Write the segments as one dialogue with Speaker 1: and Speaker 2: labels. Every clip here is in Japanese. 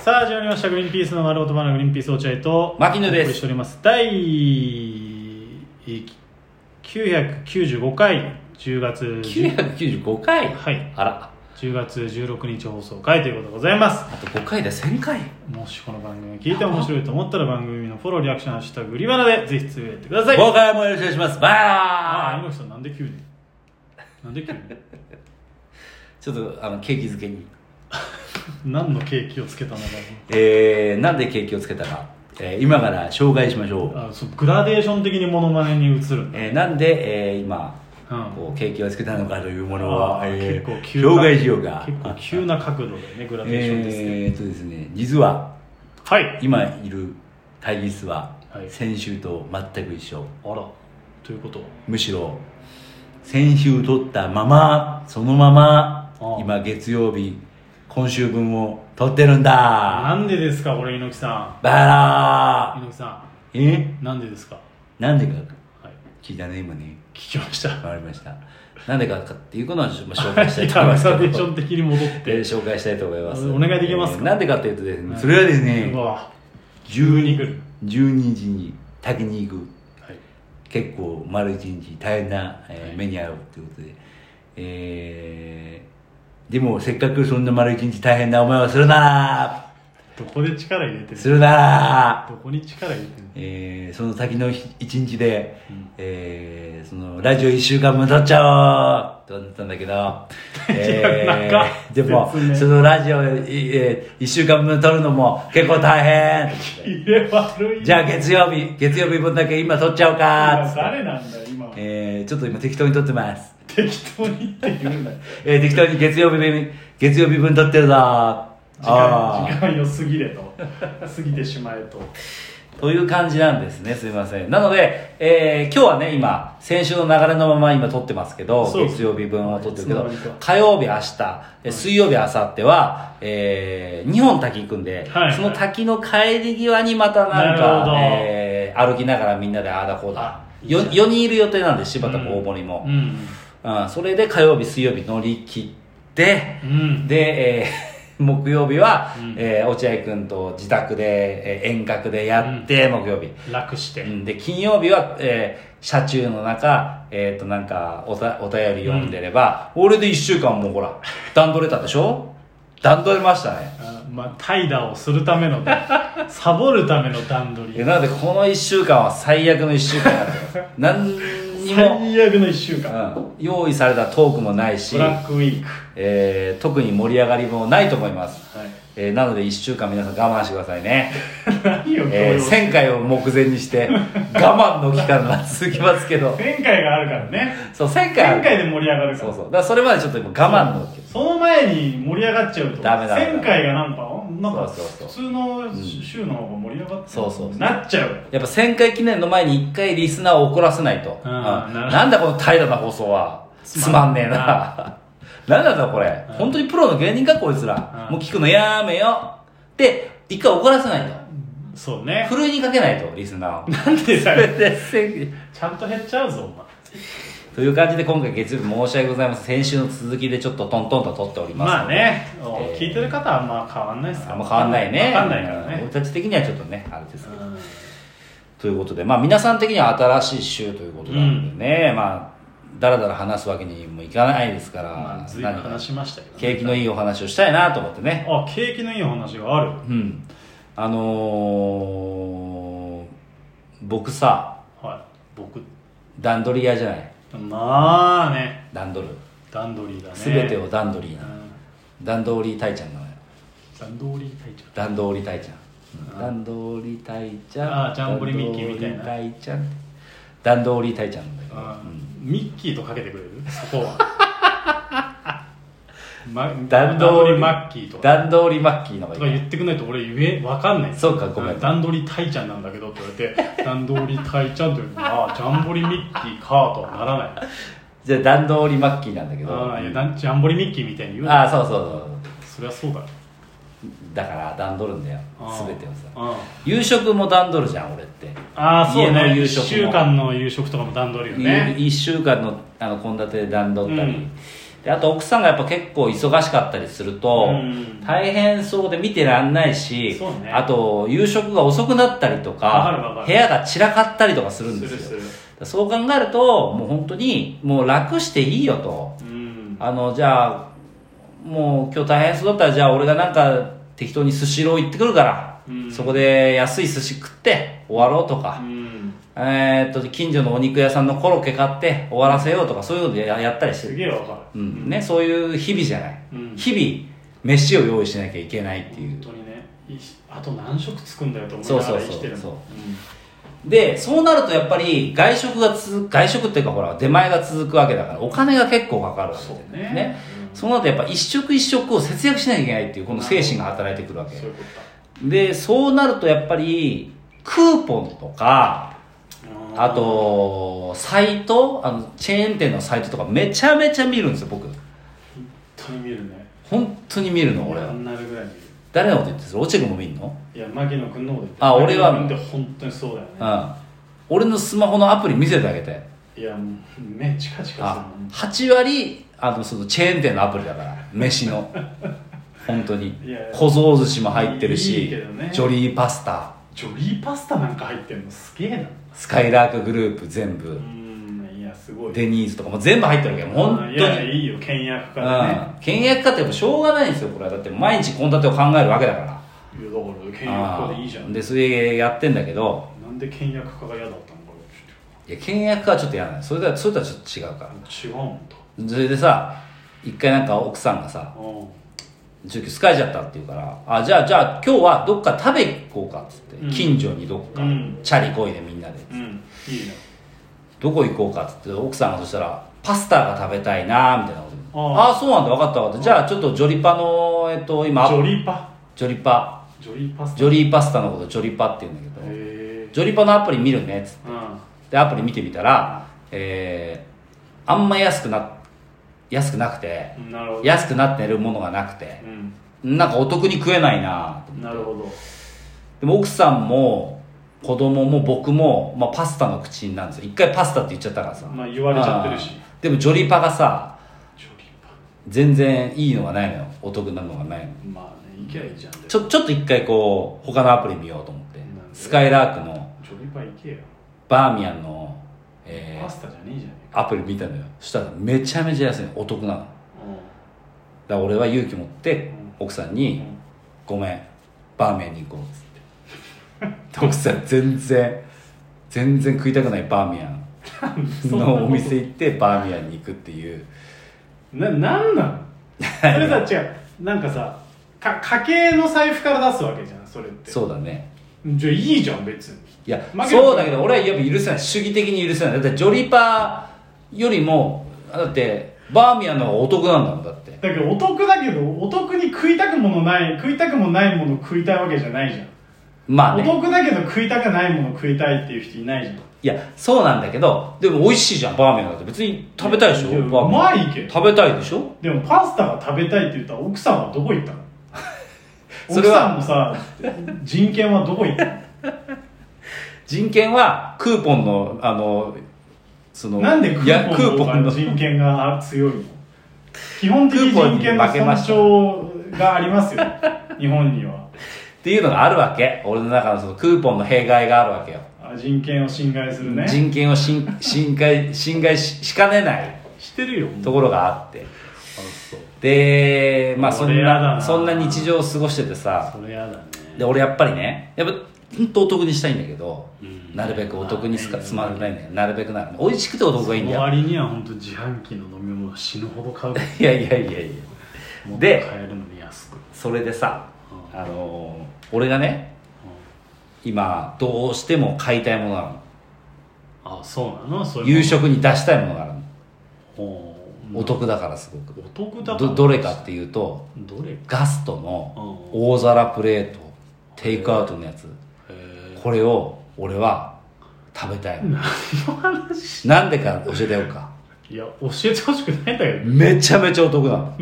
Speaker 1: さあ始まりました「グリーンピースの丸ごとバナナグリーンピース落合」と
Speaker 2: 牧野で
Speaker 1: お送
Speaker 2: す
Speaker 1: りしております第995回10月10
Speaker 2: 995回
Speaker 1: はい
Speaker 2: あら
Speaker 1: 10月16日放送回ということでございます
Speaker 2: あと5回で1000回
Speaker 1: もしこの番組を聞いて面白いと思ったら番組のフォローリアクション「ハッシュタググリバナ」でぜひつぶやいてください
Speaker 2: 5回もよろしくお願いします
Speaker 1: ああ
Speaker 2: バー
Speaker 1: 猪木さんなんで急になんで急に
Speaker 2: ちょっとあの景気づけに
Speaker 1: 何のケーキをつけたのか
Speaker 2: えー、なんで景気をつけたか、えー今から紹介しましょう、
Speaker 1: あそうグラデーション的にモノマネに移るんだ
Speaker 2: えー、なんで、えー、今
Speaker 1: うん
Speaker 2: こう景気をつけたのかというものを
Speaker 1: あ、ー
Speaker 2: えー、
Speaker 1: 結構急な
Speaker 2: 紹介しようか
Speaker 1: 結構急な角度でねグラデーションですけど、
Speaker 2: えーっとですね実は
Speaker 1: はい
Speaker 2: 今いる会議室は
Speaker 1: はい
Speaker 2: 先週と全く一緒、
Speaker 1: あらということは
Speaker 2: むしろ先週撮ったままそのまま
Speaker 1: ああ
Speaker 2: 今月曜日今週分を撮ってるんだ
Speaker 1: なんでですかこれ猪木さ
Speaker 2: バ
Speaker 1: ん
Speaker 2: ラ
Speaker 1: 猪木さ
Speaker 2: ーえ
Speaker 1: んなんでですか
Speaker 2: なんでか
Speaker 1: はい
Speaker 2: 聞いたね今ね
Speaker 1: 聞きました
Speaker 2: わかりましたなんでかっていうことを紹介したいと思いま
Speaker 1: 今
Speaker 2: す
Speaker 1: グ
Speaker 2: け
Speaker 1: ラ
Speaker 2: ど
Speaker 1: デーション的に戻っ
Speaker 2: えー
Speaker 1: て
Speaker 2: 紹介したいと思います
Speaker 1: お願いできますか
Speaker 2: えーなんでかっていうとですね
Speaker 1: はい
Speaker 2: それはですね
Speaker 1: うわ急に来る
Speaker 2: 12 12時に炊きに行く
Speaker 1: はい
Speaker 2: 結構丸一日大変な、えー
Speaker 1: はい
Speaker 2: 目に遭うということで、えーでもせっかくそんな丸一日大変な思いをするなら
Speaker 1: どこで力入れて
Speaker 2: す
Speaker 1: る
Speaker 2: るなら、
Speaker 1: どこに力入れてる
Speaker 2: えーその先の日一日で、
Speaker 1: うん
Speaker 2: えーそのラジオ一週間分撮っちゃおうと思ったんだけ ど、えー
Speaker 1: 長っ
Speaker 2: でも
Speaker 1: 説明
Speaker 2: そのラジオいえー一週間分撮るのも結構大変
Speaker 1: 入れ悪い
Speaker 2: じゃあ月曜日月曜日分だけ今撮っちゃおうか
Speaker 1: 今誰なんだよ今は
Speaker 2: えーちょっと今適当に撮ってます
Speaker 1: 適当にって言うんだよ
Speaker 2: えー適当に月曜日分、月曜日分撮ってるぞ
Speaker 1: 時間
Speaker 2: あ
Speaker 1: 時間よ過ぎれと過ぎてしまえと
Speaker 2: ーという感じなんですね、すいません。なので、えー今日はね、今、先週の流れのまま今撮ってますけど、
Speaker 1: そう
Speaker 2: 月曜日分を撮ってるけ
Speaker 1: い
Speaker 2: ど
Speaker 1: つの間にか、
Speaker 2: 火曜日明日、えー水曜日明後日は、え2本滝行くんで、
Speaker 1: はい
Speaker 2: その滝の帰り際にまたなんか
Speaker 1: なるほど、
Speaker 2: えー歩きながらみんなでああだこうだ。
Speaker 1: いいじゃ
Speaker 2: よ
Speaker 1: ん
Speaker 2: 4人いる予定なんで、柴田も大森も
Speaker 1: う、ん
Speaker 2: うん。それで火曜日、水曜日乗り切って、
Speaker 1: うん
Speaker 2: で、えー 木曜日は、
Speaker 1: うん
Speaker 2: えー落合君と自宅で、えー遠隔でやって、木曜日、
Speaker 1: 楽して
Speaker 2: うんで金曜日は、えー車中の中えっ、となんかおたお便り読んでれば、俺で1週間もうほら段取れたでしょ段取れましたね
Speaker 1: あまあ怠惰をするための ねサボるための段取
Speaker 2: いや
Speaker 1: り
Speaker 2: なのでこの1週間は最悪の1週間 だった何に
Speaker 1: 最
Speaker 2: も、
Speaker 1: 悪の1週間
Speaker 2: うん用意されたトークもないし
Speaker 1: ブ、ラックウィーク
Speaker 2: えー特に盛り上がりもないと思います、
Speaker 1: はい
Speaker 2: えーなので1週間皆さん我慢してくださいね
Speaker 1: 何を強
Speaker 2: え
Speaker 1: 要
Speaker 2: ー
Speaker 1: して
Speaker 2: 1000回を目前にして我慢の期間が続きますけど
Speaker 1: 前回があるからね
Speaker 2: そう1000回
Speaker 1: 前回で盛り上がるか
Speaker 2: そう
Speaker 1: ら
Speaker 2: そうだからそれまでちょっと今我慢の
Speaker 1: その前に盛り上がっちゃうと
Speaker 2: ダメダメダメ
Speaker 1: 前回がなんかなんか
Speaker 2: そうそうそう
Speaker 1: 普通の週の方が盛り上がって
Speaker 2: そうそうそう
Speaker 1: なっちゃう
Speaker 2: やっぱ1000回記念の前に1回リスナーを怒らせないと、
Speaker 1: うん
Speaker 2: うん
Speaker 1: なるほど
Speaker 2: なんだこの平らな放送は
Speaker 1: つ
Speaker 2: つ
Speaker 1: まん
Speaker 2: まん
Speaker 1: ね
Speaker 2: ね
Speaker 1: え
Speaker 2: え
Speaker 1: な
Speaker 2: な何 なんだこれ、
Speaker 1: うん
Speaker 2: 本当にプロの芸人かこいつら、
Speaker 1: うん
Speaker 2: もう聞くのやめよで一回怒らせないと
Speaker 1: そうね
Speaker 2: ふるいにかけないとリスナーを
Speaker 1: なんで
Speaker 2: そ
Speaker 1: だ
Speaker 2: れ
Speaker 1: よ
Speaker 2: で1000
Speaker 1: ちゃんと減っちゃうぞお
Speaker 2: という感じで今回月曜日申し訳ございません先週の続きでちょっとトントンと撮っており
Speaker 1: 前
Speaker 2: ます
Speaker 1: ま
Speaker 2: の
Speaker 1: あ
Speaker 2: で
Speaker 1: ね
Speaker 2: えー
Speaker 1: 聞いてる方はあんま変わんないですから
Speaker 2: あんま変わんないね。
Speaker 1: 分かんないから
Speaker 2: うん俺
Speaker 1: ね
Speaker 2: たち的にはちょっとね、あれですけど。
Speaker 1: うん
Speaker 2: ということで、まあ皆さん的には新しい週ということなんでね、まあ、だらだら話すわけにもいかないですから、
Speaker 1: まあずいぶん
Speaker 2: 何か
Speaker 1: 話しましたけどね
Speaker 2: 景気のいいお話をしたいなと思ってね。
Speaker 1: あ景気のいいお話がある
Speaker 2: うん。あのー、僕さ、
Speaker 1: はい僕
Speaker 2: 段取り屋じゃない。
Speaker 1: まあね
Speaker 2: 段取る。
Speaker 1: 段取りだね
Speaker 2: すべて
Speaker 1: を、
Speaker 2: を段取り
Speaker 1: う
Speaker 2: なの。
Speaker 1: ん、
Speaker 2: 段取りたいちゃんなのよ。
Speaker 1: 段取り隊長
Speaker 2: 段取りたいちゃん。
Speaker 1: うん
Speaker 2: 段取りたいちゃん。
Speaker 1: あージャンボリミッキーみたいな
Speaker 2: 段取りたいちゃん。段取りたいちゃんなんだけど。
Speaker 1: あ
Speaker 2: うん
Speaker 1: ミッキーとかけてくれるそこは ま段
Speaker 2: 段取
Speaker 1: 取
Speaker 2: り
Speaker 1: りマッキーとか
Speaker 2: 段取りマッキーの方
Speaker 1: と
Speaker 2: が
Speaker 1: か
Speaker 2: いい
Speaker 1: 言ってくんないと俺言えわかんない
Speaker 2: そうかごめん
Speaker 1: う段取り隊ちゃんなんだけどって言われて段取り隊ちゃんって言うああジャンボリミッキーかとはなら ない
Speaker 2: じゃあ段取りマッキーなんだけど
Speaker 1: ああいや
Speaker 2: あ
Speaker 1: なんジャンボリミッキーみたいに言うな
Speaker 2: あーそうそう
Speaker 1: そりゃそうだろ
Speaker 2: そうだから段取るんだよ
Speaker 1: ああ
Speaker 2: 全てをさ
Speaker 1: あ
Speaker 2: 夕食も段取るじゃん俺って
Speaker 1: あああそう
Speaker 2: 家の
Speaker 1: ね
Speaker 2: 夕
Speaker 1: 1
Speaker 2: 食も
Speaker 1: 週間の夕食とかも段取りよね
Speaker 2: 1週間のあの献立で段取ったり、
Speaker 1: うん
Speaker 2: であと奥さんがやっぱ結構忙しかったりすると、
Speaker 1: うん
Speaker 2: 大変そうで見てらんないし、
Speaker 1: そうね
Speaker 2: あと夕食が遅くなったりと
Speaker 1: わかるわか
Speaker 2: か
Speaker 1: る
Speaker 2: 部屋が散らかったりとかするんです
Speaker 1: る
Speaker 2: すよ
Speaker 1: する
Speaker 2: そう考えるともう本当にもう楽していいよと
Speaker 1: うん
Speaker 2: あのじゃあもう今日大変そうだったらじゃあ俺がなんか適当にスシロー行ってくるから、
Speaker 1: うん
Speaker 2: そこで安い寿司食って終わろうとか
Speaker 1: う、ん
Speaker 2: えーっと近所のお肉屋さんのコロッケ買って終わらせようとかそういうのでややったりして
Speaker 1: す
Speaker 2: る、
Speaker 1: げえわか
Speaker 2: う
Speaker 1: る
Speaker 2: んね、そういう日々じゃない、
Speaker 1: うん
Speaker 2: 日々飯を用意しなきゃいけないっていう
Speaker 1: 本当にねいしあと何食つくんだよと思い
Speaker 2: そう
Speaker 1: な
Speaker 2: そ
Speaker 1: が
Speaker 2: う
Speaker 1: ら
Speaker 2: そう
Speaker 1: 生きてる
Speaker 2: そう
Speaker 1: もん
Speaker 2: でそうなるとやっぱり外食が続く外食っていうかほら出前が続くわけだからお金が結構かかるわけ
Speaker 1: そう
Speaker 2: だよ
Speaker 1: ね
Speaker 2: ね
Speaker 1: うん
Speaker 2: そうなるとやっぱ一食一食を節約しなきゃいけないっていうこの精神が働いてくるわ
Speaker 1: うんそうい
Speaker 2: け
Speaker 1: うこ
Speaker 2: でそうなるとやっぱりクーポンとか
Speaker 1: とだ
Speaker 2: あとサイトあのチェーン店のサイトとかめちゃめちゃ見るんですよ僕
Speaker 1: 本当に見るね
Speaker 2: 本当に見るの俺
Speaker 1: や
Speaker 2: は
Speaker 1: んなるぐらい見る
Speaker 2: 誰のこと言ってそれ落ちるも見んの
Speaker 1: いや牧野君のこと言って
Speaker 2: あ俺は
Speaker 1: 牧野君って本当にそうだよ
Speaker 2: う
Speaker 1: ね
Speaker 2: ん俺のスマホのアプリ見せてあげて
Speaker 1: いやもう目チカチカする
Speaker 2: あ
Speaker 1: もん
Speaker 2: 8割あのそのチェーン店のアプリだから飯 の本当に
Speaker 1: いやいや
Speaker 2: 小僧寿司も入ってる
Speaker 1: い
Speaker 2: し
Speaker 1: いけどね
Speaker 2: ジョリーパスタ
Speaker 1: ジョリーパスタなんか入ってんのすげえな
Speaker 2: スカイラークグループ全
Speaker 1: う
Speaker 2: 部
Speaker 1: んいやすごい
Speaker 2: デニーズとかも全部入ってるわけよ本当
Speaker 1: あ
Speaker 2: に
Speaker 1: いやいいよ倹約からね
Speaker 2: うん倹約家ってやっぱしょうがないんですよこれはだって毎日献立を考えるわけだから
Speaker 1: いやだから倹約
Speaker 2: あ
Speaker 1: 家でいいじゃ
Speaker 2: ー
Speaker 1: ん
Speaker 2: でそれやってんだけど
Speaker 1: なんで倹約家が嫌だったのかち
Speaker 2: いや倹約家はちょっとやらないそれとはそれとはちょっと違うか
Speaker 1: ょっと違うんだ
Speaker 2: らそれでさ一回なんか奥さんがさ
Speaker 1: う
Speaker 2: ちょっと疲れちゃったって言うから「あじゃあじゃあ今日はどっか食べ行こうか」っつ
Speaker 1: う
Speaker 2: って、
Speaker 1: ん
Speaker 2: 近所にどっか、
Speaker 1: うん
Speaker 2: チャリこいでみんなで、
Speaker 1: んうんいいね
Speaker 2: どこ行こうかっつって奥さんがそしたら「パスタが食べたいな」みたいなこと
Speaker 1: あ
Speaker 2: ああーそうなんだ分かった分かったじゃあちょっとジョリパのえっと今
Speaker 1: ジョリーパ
Speaker 2: ジョリパ
Speaker 1: ジョリーパスタ
Speaker 2: ジョリーパスタのことジョリパって言うんだけど
Speaker 1: へえ
Speaker 2: ジョリパのアプリ見るねっつって
Speaker 1: うん
Speaker 2: でアプリ見てみたらえー、あんま安くな安くなくて
Speaker 1: うんなるほど
Speaker 2: 安くなってるものがなくて
Speaker 1: う
Speaker 2: なんかお得に食えないなと
Speaker 1: んなるほど
Speaker 2: でも奥さんも子供も僕も、まあ、パスタの口になるんですよ一回パスタって言っちゃったからさ
Speaker 1: まあ言われちゃってるし
Speaker 2: あーでもジョリパがさ
Speaker 1: ジョリー
Speaker 2: 全然いいのがないのよお得なのがないの
Speaker 1: パまあね行きゃいいじゃんで
Speaker 2: ちょちょっと一回こう他のアプリ見ようと思って
Speaker 1: なんで
Speaker 2: スカイラークの
Speaker 1: ジョリーパ行けよ
Speaker 2: バーミヤンの、え
Speaker 1: パスタじゃねえじゃねえ
Speaker 2: ーアプリ見たのよそしたらめちゃめちゃ安いのお得なのだ
Speaker 1: か
Speaker 2: か
Speaker 1: うん
Speaker 2: ら俺は勇気持って
Speaker 1: うん
Speaker 2: 奥さん
Speaker 1: う
Speaker 2: に
Speaker 1: ん
Speaker 2: 「ごめんバーミヤンに行こう」っつって で奥さん全然全然食いたくないバーミヤンのお店行ってバーミヤンに行くっていう
Speaker 1: ななんなのそれさ違うなんかさか家計の財布から出すわけじゃんそれって
Speaker 2: そうだね
Speaker 1: じゃあいいじゃん別に
Speaker 2: いや
Speaker 1: 負ける
Speaker 2: そうだけど俺はやっぱ許せない主義的に許せないだってジョリパーよりもだってバーミヤンの方がお得なんだもんだって
Speaker 1: だけどお得だけどお得に食いたくものない食いたくもないもの食いたいわけじゃないじゃん、
Speaker 2: まあね
Speaker 1: お得だけど食いたくないもの食いたいっていう人いないじゃん
Speaker 2: いやそうなんだけどでも美味しいじゃんバーミヤンだって別に食べたいでしょ
Speaker 1: やや
Speaker 2: バー
Speaker 1: う
Speaker 2: ミヤン
Speaker 1: まいけど
Speaker 2: 食べたいでしょ
Speaker 1: でもパスタが食べたいって言ったら奥さんはどこ行ったの
Speaker 2: そ
Speaker 1: 奥
Speaker 2: れは
Speaker 1: さんもさ人権はどこ行ったの
Speaker 2: 人権はクーポンのあのその
Speaker 1: なんでク
Speaker 2: いやク
Speaker 1: ー
Speaker 2: ー
Speaker 1: ポ
Speaker 2: ポ
Speaker 1: ン
Speaker 2: ン
Speaker 1: の
Speaker 2: の
Speaker 1: 方が人権が強いの基本的に
Speaker 2: クーポン
Speaker 1: 人
Speaker 2: に
Speaker 1: 権の
Speaker 2: 負けました
Speaker 1: 尊重がありますよ 日本には
Speaker 2: っていうのがあるわけ俺の中のそのクーポンの弊害があるわけよ
Speaker 1: あ人権を侵害するね
Speaker 2: 人権を侵 侵害侵害ししかねない
Speaker 1: してるよ
Speaker 2: ところがあってでまあそん
Speaker 1: 俺やだ
Speaker 2: な
Speaker 1: な
Speaker 2: そんな日常を過ごしててさ
Speaker 1: それやだね
Speaker 2: で俺やっぱりねやっぱ本当お得にしたいんだけど、
Speaker 1: うん
Speaker 2: なるべくお得にすか
Speaker 1: まあね
Speaker 2: つまらないんだよなるべくなら美味しくてお得がいいんだよ
Speaker 1: 周りには本当自販機の飲み物死ぬほど買う
Speaker 2: いやいやいやいや
Speaker 1: もっと買
Speaker 2: で
Speaker 1: えるのに安く
Speaker 2: それでさ
Speaker 1: うん
Speaker 2: あのー俺がね今どうしても買いたいものが
Speaker 1: あそうなの
Speaker 2: あ
Speaker 1: そ
Speaker 2: るの
Speaker 1: れも
Speaker 2: 夕食に出したいものがある
Speaker 1: お
Speaker 2: のお得だからすごく
Speaker 1: お得だから
Speaker 2: どどれかっていうと
Speaker 1: どれ
Speaker 2: ガストの大皿プレートテイクアウトのやつ
Speaker 1: へ
Speaker 2: これを俺は食べたい
Speaker 1: 何の話
Speaker 2: なんでか教えてようか
Speaker 1: いや教えてほしくないんだけど
Speaker 2: めちゃめちゃお得なの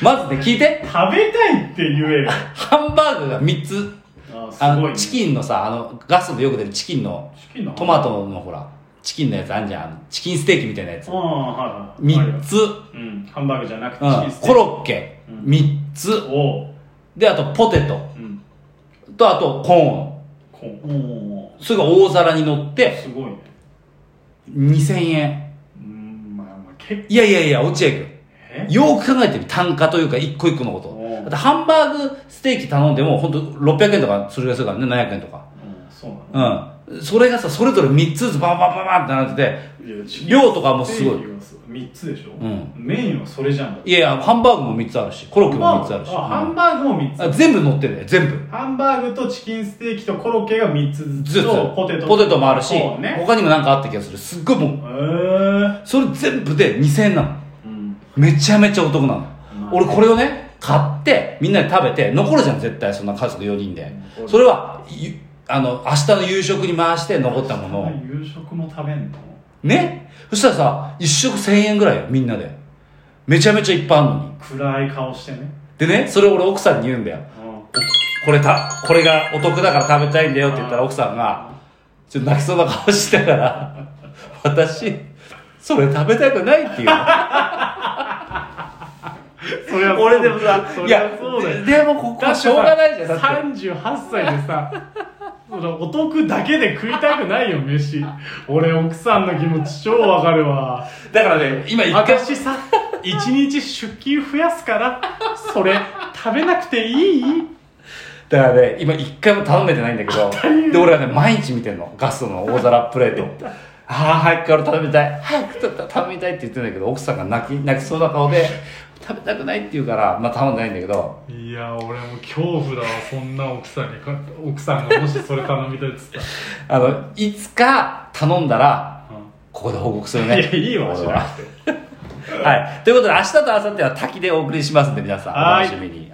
Speaker 2: まずね聞いて
Speaker 1: 食べたいって言 えよ
Speaker 2: ハンバーグが3つ
Speaker 1: あ
Speaker 2: あ
Speaker 1: すごい
Speaker 2: の
Speaker 1: ね
Speaker 2: チキンのさあのガストでよく出るチキンの
Speaker 1: チキンの
Speaker 2: トマトのほらチキンのやつあんじゃんあのチキンステーキみたいなやつ
Speaker 1: うんはいはい
Speaker 2: 3つ
Speaker 1: うんハンバーグじゃなくてチキ
Speaker 2: う
Speaker 1: ン
Speaker 2: ん
Speaker 1: ス、テ
Speaker 2: コ
Speaker 1: ー
Speaker 2: ロッケ
Speaker 1: うん
Speaker 2: 3
Speaker 1: キ
Speaker 2: つ
Speaker 1: を、
Speaker 2: であとポテト
Speaker 1: うん、
Speaker 2: とあとコ
Speaker 1: こうお
Speaker 2: ーンそれが大皿に乗っ
Speaker 1: ー
Speaker 2: て
Speaker 1: すごいね
Speaker 2: 2000円
Speaker 1: うんまあまあ結構
Speaker 2: いやいやいや落合君
Speaker 1: え
Speaker 2: よーく考えてみ単価というか一個一個のこ
Speaker 1: おう
Speaker 2: とだってハンバーグステーキ頼んでも本当600円とかそれがするからね700円とか
Speaker 1: うんそうなの
Speaker 2: うんそれがさそれぞれ3つずつバンバンバンバンってなってて量とかもすごい
Speaker 1: 3つでしょ、
Speaker 2: ん
Speaker 1: メインはそれじゃんだって
Speaker 2: いやいやハンバーグも3つあるしコロッケも3つあるし
Speaker 1: ハンバーグも3つ
Speaker 2: うんあ全部乗ってるね全部
Speaker 1: ハンバーグとチキンステーキとコロッケが3つずつ
Speaker 2: ずつ
Speaker 1: とポテト
Speaker 2: もあるし、
Speaker 1: そうね
Speaker 2: 他にも何かあった気がするすっごいもう
Speaker 1: えー
Speaker 2: それ全部で2000円なの
Speaker 1: うん
Speaker 2: めちゃめちゃお得なの、
Speaker 1: うん
Speaker 2: 俺これをね買ってみんなで食べて残るじゃん絶対そんな家族4人で、
Speaker 1: うん
Speaker 2: それはゆあの明日の夕食に回して残ったものを
Speaker 1: 夕食も食べんの
Speaker 2: ねそしたらさ1食1000円ぐらいよみんなでめちゃめちゃいっぱいあるのに
Speaker 1: 暗い顔してね
Speaker 2: でねそれを俺奥さんに言うんだよこれたこれがお得だから食べたいんだよって言ったら奥さんがちょっと泣きそうな顔しながら私それ食べたくないって
Speaker 1: そ
Speaker 2: いう
Speaker 1: れは
Speaker 2: 俺でもさいやででもここはしょうがないじゃんだって
Speaker 1: 三十八歳でさそのお得だけで食いたくないよ飯俺奥さんの気持ち超わかるわ
Speaker 2: だからね今一回
Speaker 1: 私さ一日出勤増やすからそれ食べなくていい
Speaker 2: だからね今一回も頼めてないんだけどで俺はね毎日見てんのガストの大皿プレート ああ早く俺食べたい早く食べたいって言ってんだけど奥さんが泣き泣きそうな顔で食べたくないって言うからまあ頼んでないんだけど
Speaker 1: いや俺も恐怖だわそんな奥さんにか奥さんがもしそれ頼みたいっつったら、
Speaker 2: あのいつか頼んだらここで報告する
Speaker 1: うんい
Speaker 2: ね
Speaker 1: やいいわし
Speaker 2: 俺
Speaker 1: な
Speaker 2: は
Speaker 1: くて
Speaker 2: はいということで明日と明後日は滝でお送りしますんで皆さんお楽しみに